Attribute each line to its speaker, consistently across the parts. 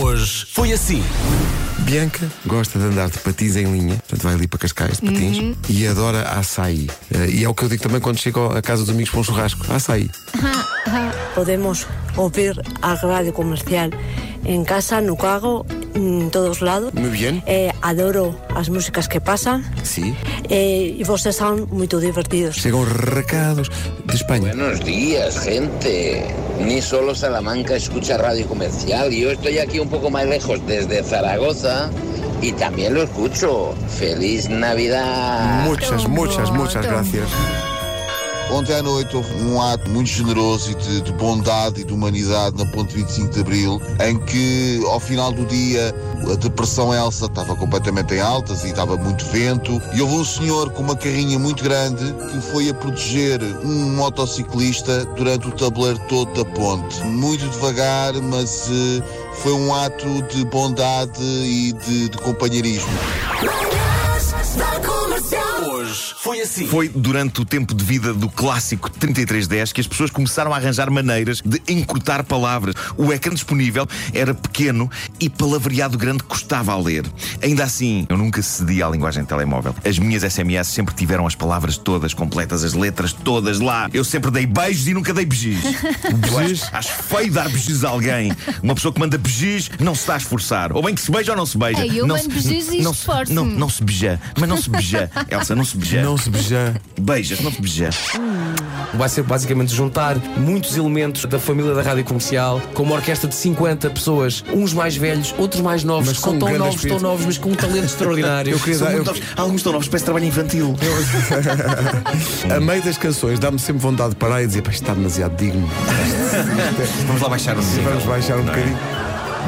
Speaker 1: hoje foi assim.
Speaker 2: Bianca gosta de andar de patins em linha, portanto vai ali para Cascais de patins
Speaker 1: Uhum.
Speaker 3: Uhum.
Speaker 2: e adora açaí. Eh, E é o que eu digo também quando chego à casa dos amigos para um churrasco: açaí.
Speaker 4: podemos ouvir a radio comercial en casa, no cago, en todos lados.
Speaker 2: Muy bien.
Speaker 4: Eh, adoro as músicas que pasan
Speaker 2: É, Sim.
Speaker 4: eh, e vocês son moito divertidos.
Speaker 2: Chegam recados de Espanha.
Speaker 5: Buenos días, gente. Ni solo Salamanca escucha radio comercial. Yo estoy aquí un poco más lejos, desde Zaragoza, y también lo escucho. ¡Feliz Navidad!
Speaker 2: Muchas,
Speaker 3: tão
Speaker 2: muchas,
Speaker 3: bom,
Speaker 2: muchas
Speaker 3: tão
Speaker 2: gracias.
Speaker 6: Ontem à noite houve um ato muito generoso e de, de bondade e de humanidade na Ponte 25 de Abril, em que ao final do dia a depressão Elsa estava completamente em altas e estava muito vento, e houve um senhor com uma carrinha muito grande que foi a proteger um motociclista durante o tabuleiro todo da ponte. Muito devagar, mas eh, foi um ato de bondade e de- de companheirismo.
Speaker 1: Hoje foi assim.
Speaker 7: Foi durante o tempo de vida do clássico 3310 que as pessoas começaram a arranjar maneiras de encurtar palavras. O ecrã disponível era pequeno e palavreado grande custava a ler. Ainda assim, eu nunca cedi à linguagem telemóvel. As minhas SMS sempre tiveram as palavras todas completas, as letras todas lá. Eu sempre dei beijos e nunca dei beijos. Eu acho, acho feio dar beijos a alguém. Uma pessoa que manda beijos não se está a esforçar. Ou bem que se beija ou não se beija.
Speaker 3: É, eu
Speaker 7: não
Speaker 3: mando
Speaker 7: se-
Speaker 3: beijos e
Speaker 7: não se-
Speaker 3: esforço-me.
Speaker 7: Não, não se beija. Mas não se beija. Elsa, não se beija.
Speaker 2: Não se beijar.
Speaker 7: Beijas, não te beijas.
Speaker 1: Vai ser basicamente juntar muitos elementos da família da rádio comercial com uma orquestra de 50 pessoas, uns mais velhos, outros mais novos,
Speaker 2: Mas com
Speaker 1: são
Speaker 2: um
Speaker 1: tão
Speaker 2: grande
Speaker 1: novos,
Speaker 2: espírito.
Speaker 1: tão novos, mas com um talento extraordinário.
Speaker 2: Eu queria
Speaker 7: São
Speaker 2: dar.
Speaker 7: muito
Speaker 2: eu-
Speaker 7: novos. Alguns estão novos, parece trabalho infantil.
Speaker 2: a meio das canções dá-me sempre vontade de parar e dizer: "Pá, isto está demasiado digno.
Speaker 7: Vamos lá baixar o nível.
Speaker 2: Vamos baixar um
Speaker 7: Não é?
Speaker 2: bocadinho.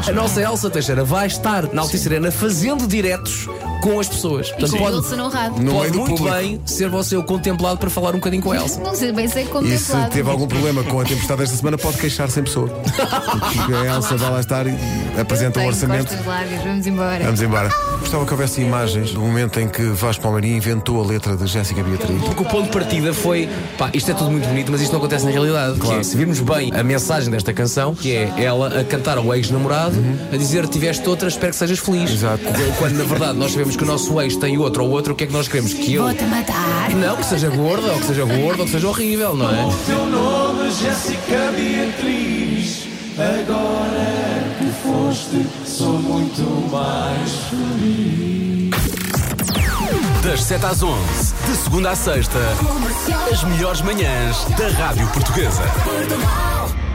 Speaker 1: A nossa Elsa Teixeira vai estar na Altice Arena fazendo diretos com as pessoas.
Speaker 3: E com
Speaker 1: Portanto,
Speaker 3: o
Speaker 1: pode,
Speaker 3: Wilson honrado.
Speaker 2: No meio
Speaker 1: pode
Speaker 2: do
Speaker 1: muito
Speaker 2: público.
Speaker 1: bem ser você o contemplado para falar um bocadinho com a Elsa.
Speaker 3: Não sei bem é sei como
Speaker 2: E
Speaker 3: tem
Speaker 2: se
Speaker 3: falado.
Speaker 2: teve algum problema com a tempestade desta semana, pode queixar-se em pessoa. Porque a Elsa vai lá estar e apresenta o
Speaker 3: Tenho
Speaker 2: orçamento.
Speaker 3: costas largas, vamos embora.
Speaker 2: Vamos embora. Gostava que houvesse imagens do momento em que Vasco Palmeirinho inventou a letra de Jéssica Beatriz.
Speaker 1: Porque o ponto de partida foi, pá, isto é tudo muito bonito, mas isto não acontece na realidade. Que é, se virmos bem a mensagem desta canção, que é ela a cantar ao ex-namorado,
Speaker 8: Uhum.
Speaker 1: a dizer tiveste outra, espero que sejas feliz.
Speaker 2: Exato.
Speaker 1: Quando na verdade nós sabemos que o nosso ex tem outro ou outro, o que é que nós queremos? Que ele.
Speaker 3: Vou-te matar.
Speaker 1: Não, que seja gorda, ou que seja gordo, ou que seja horrível, não é?
Speaker 8: teu nome, Jéssica Beatriz. Agora que foste, sou muito mais
Speaker 1: Das 7 às 11, de segunda à sexta, as melhores manhãs da Rádio Portuguesa.
Speaker 9: Portugal.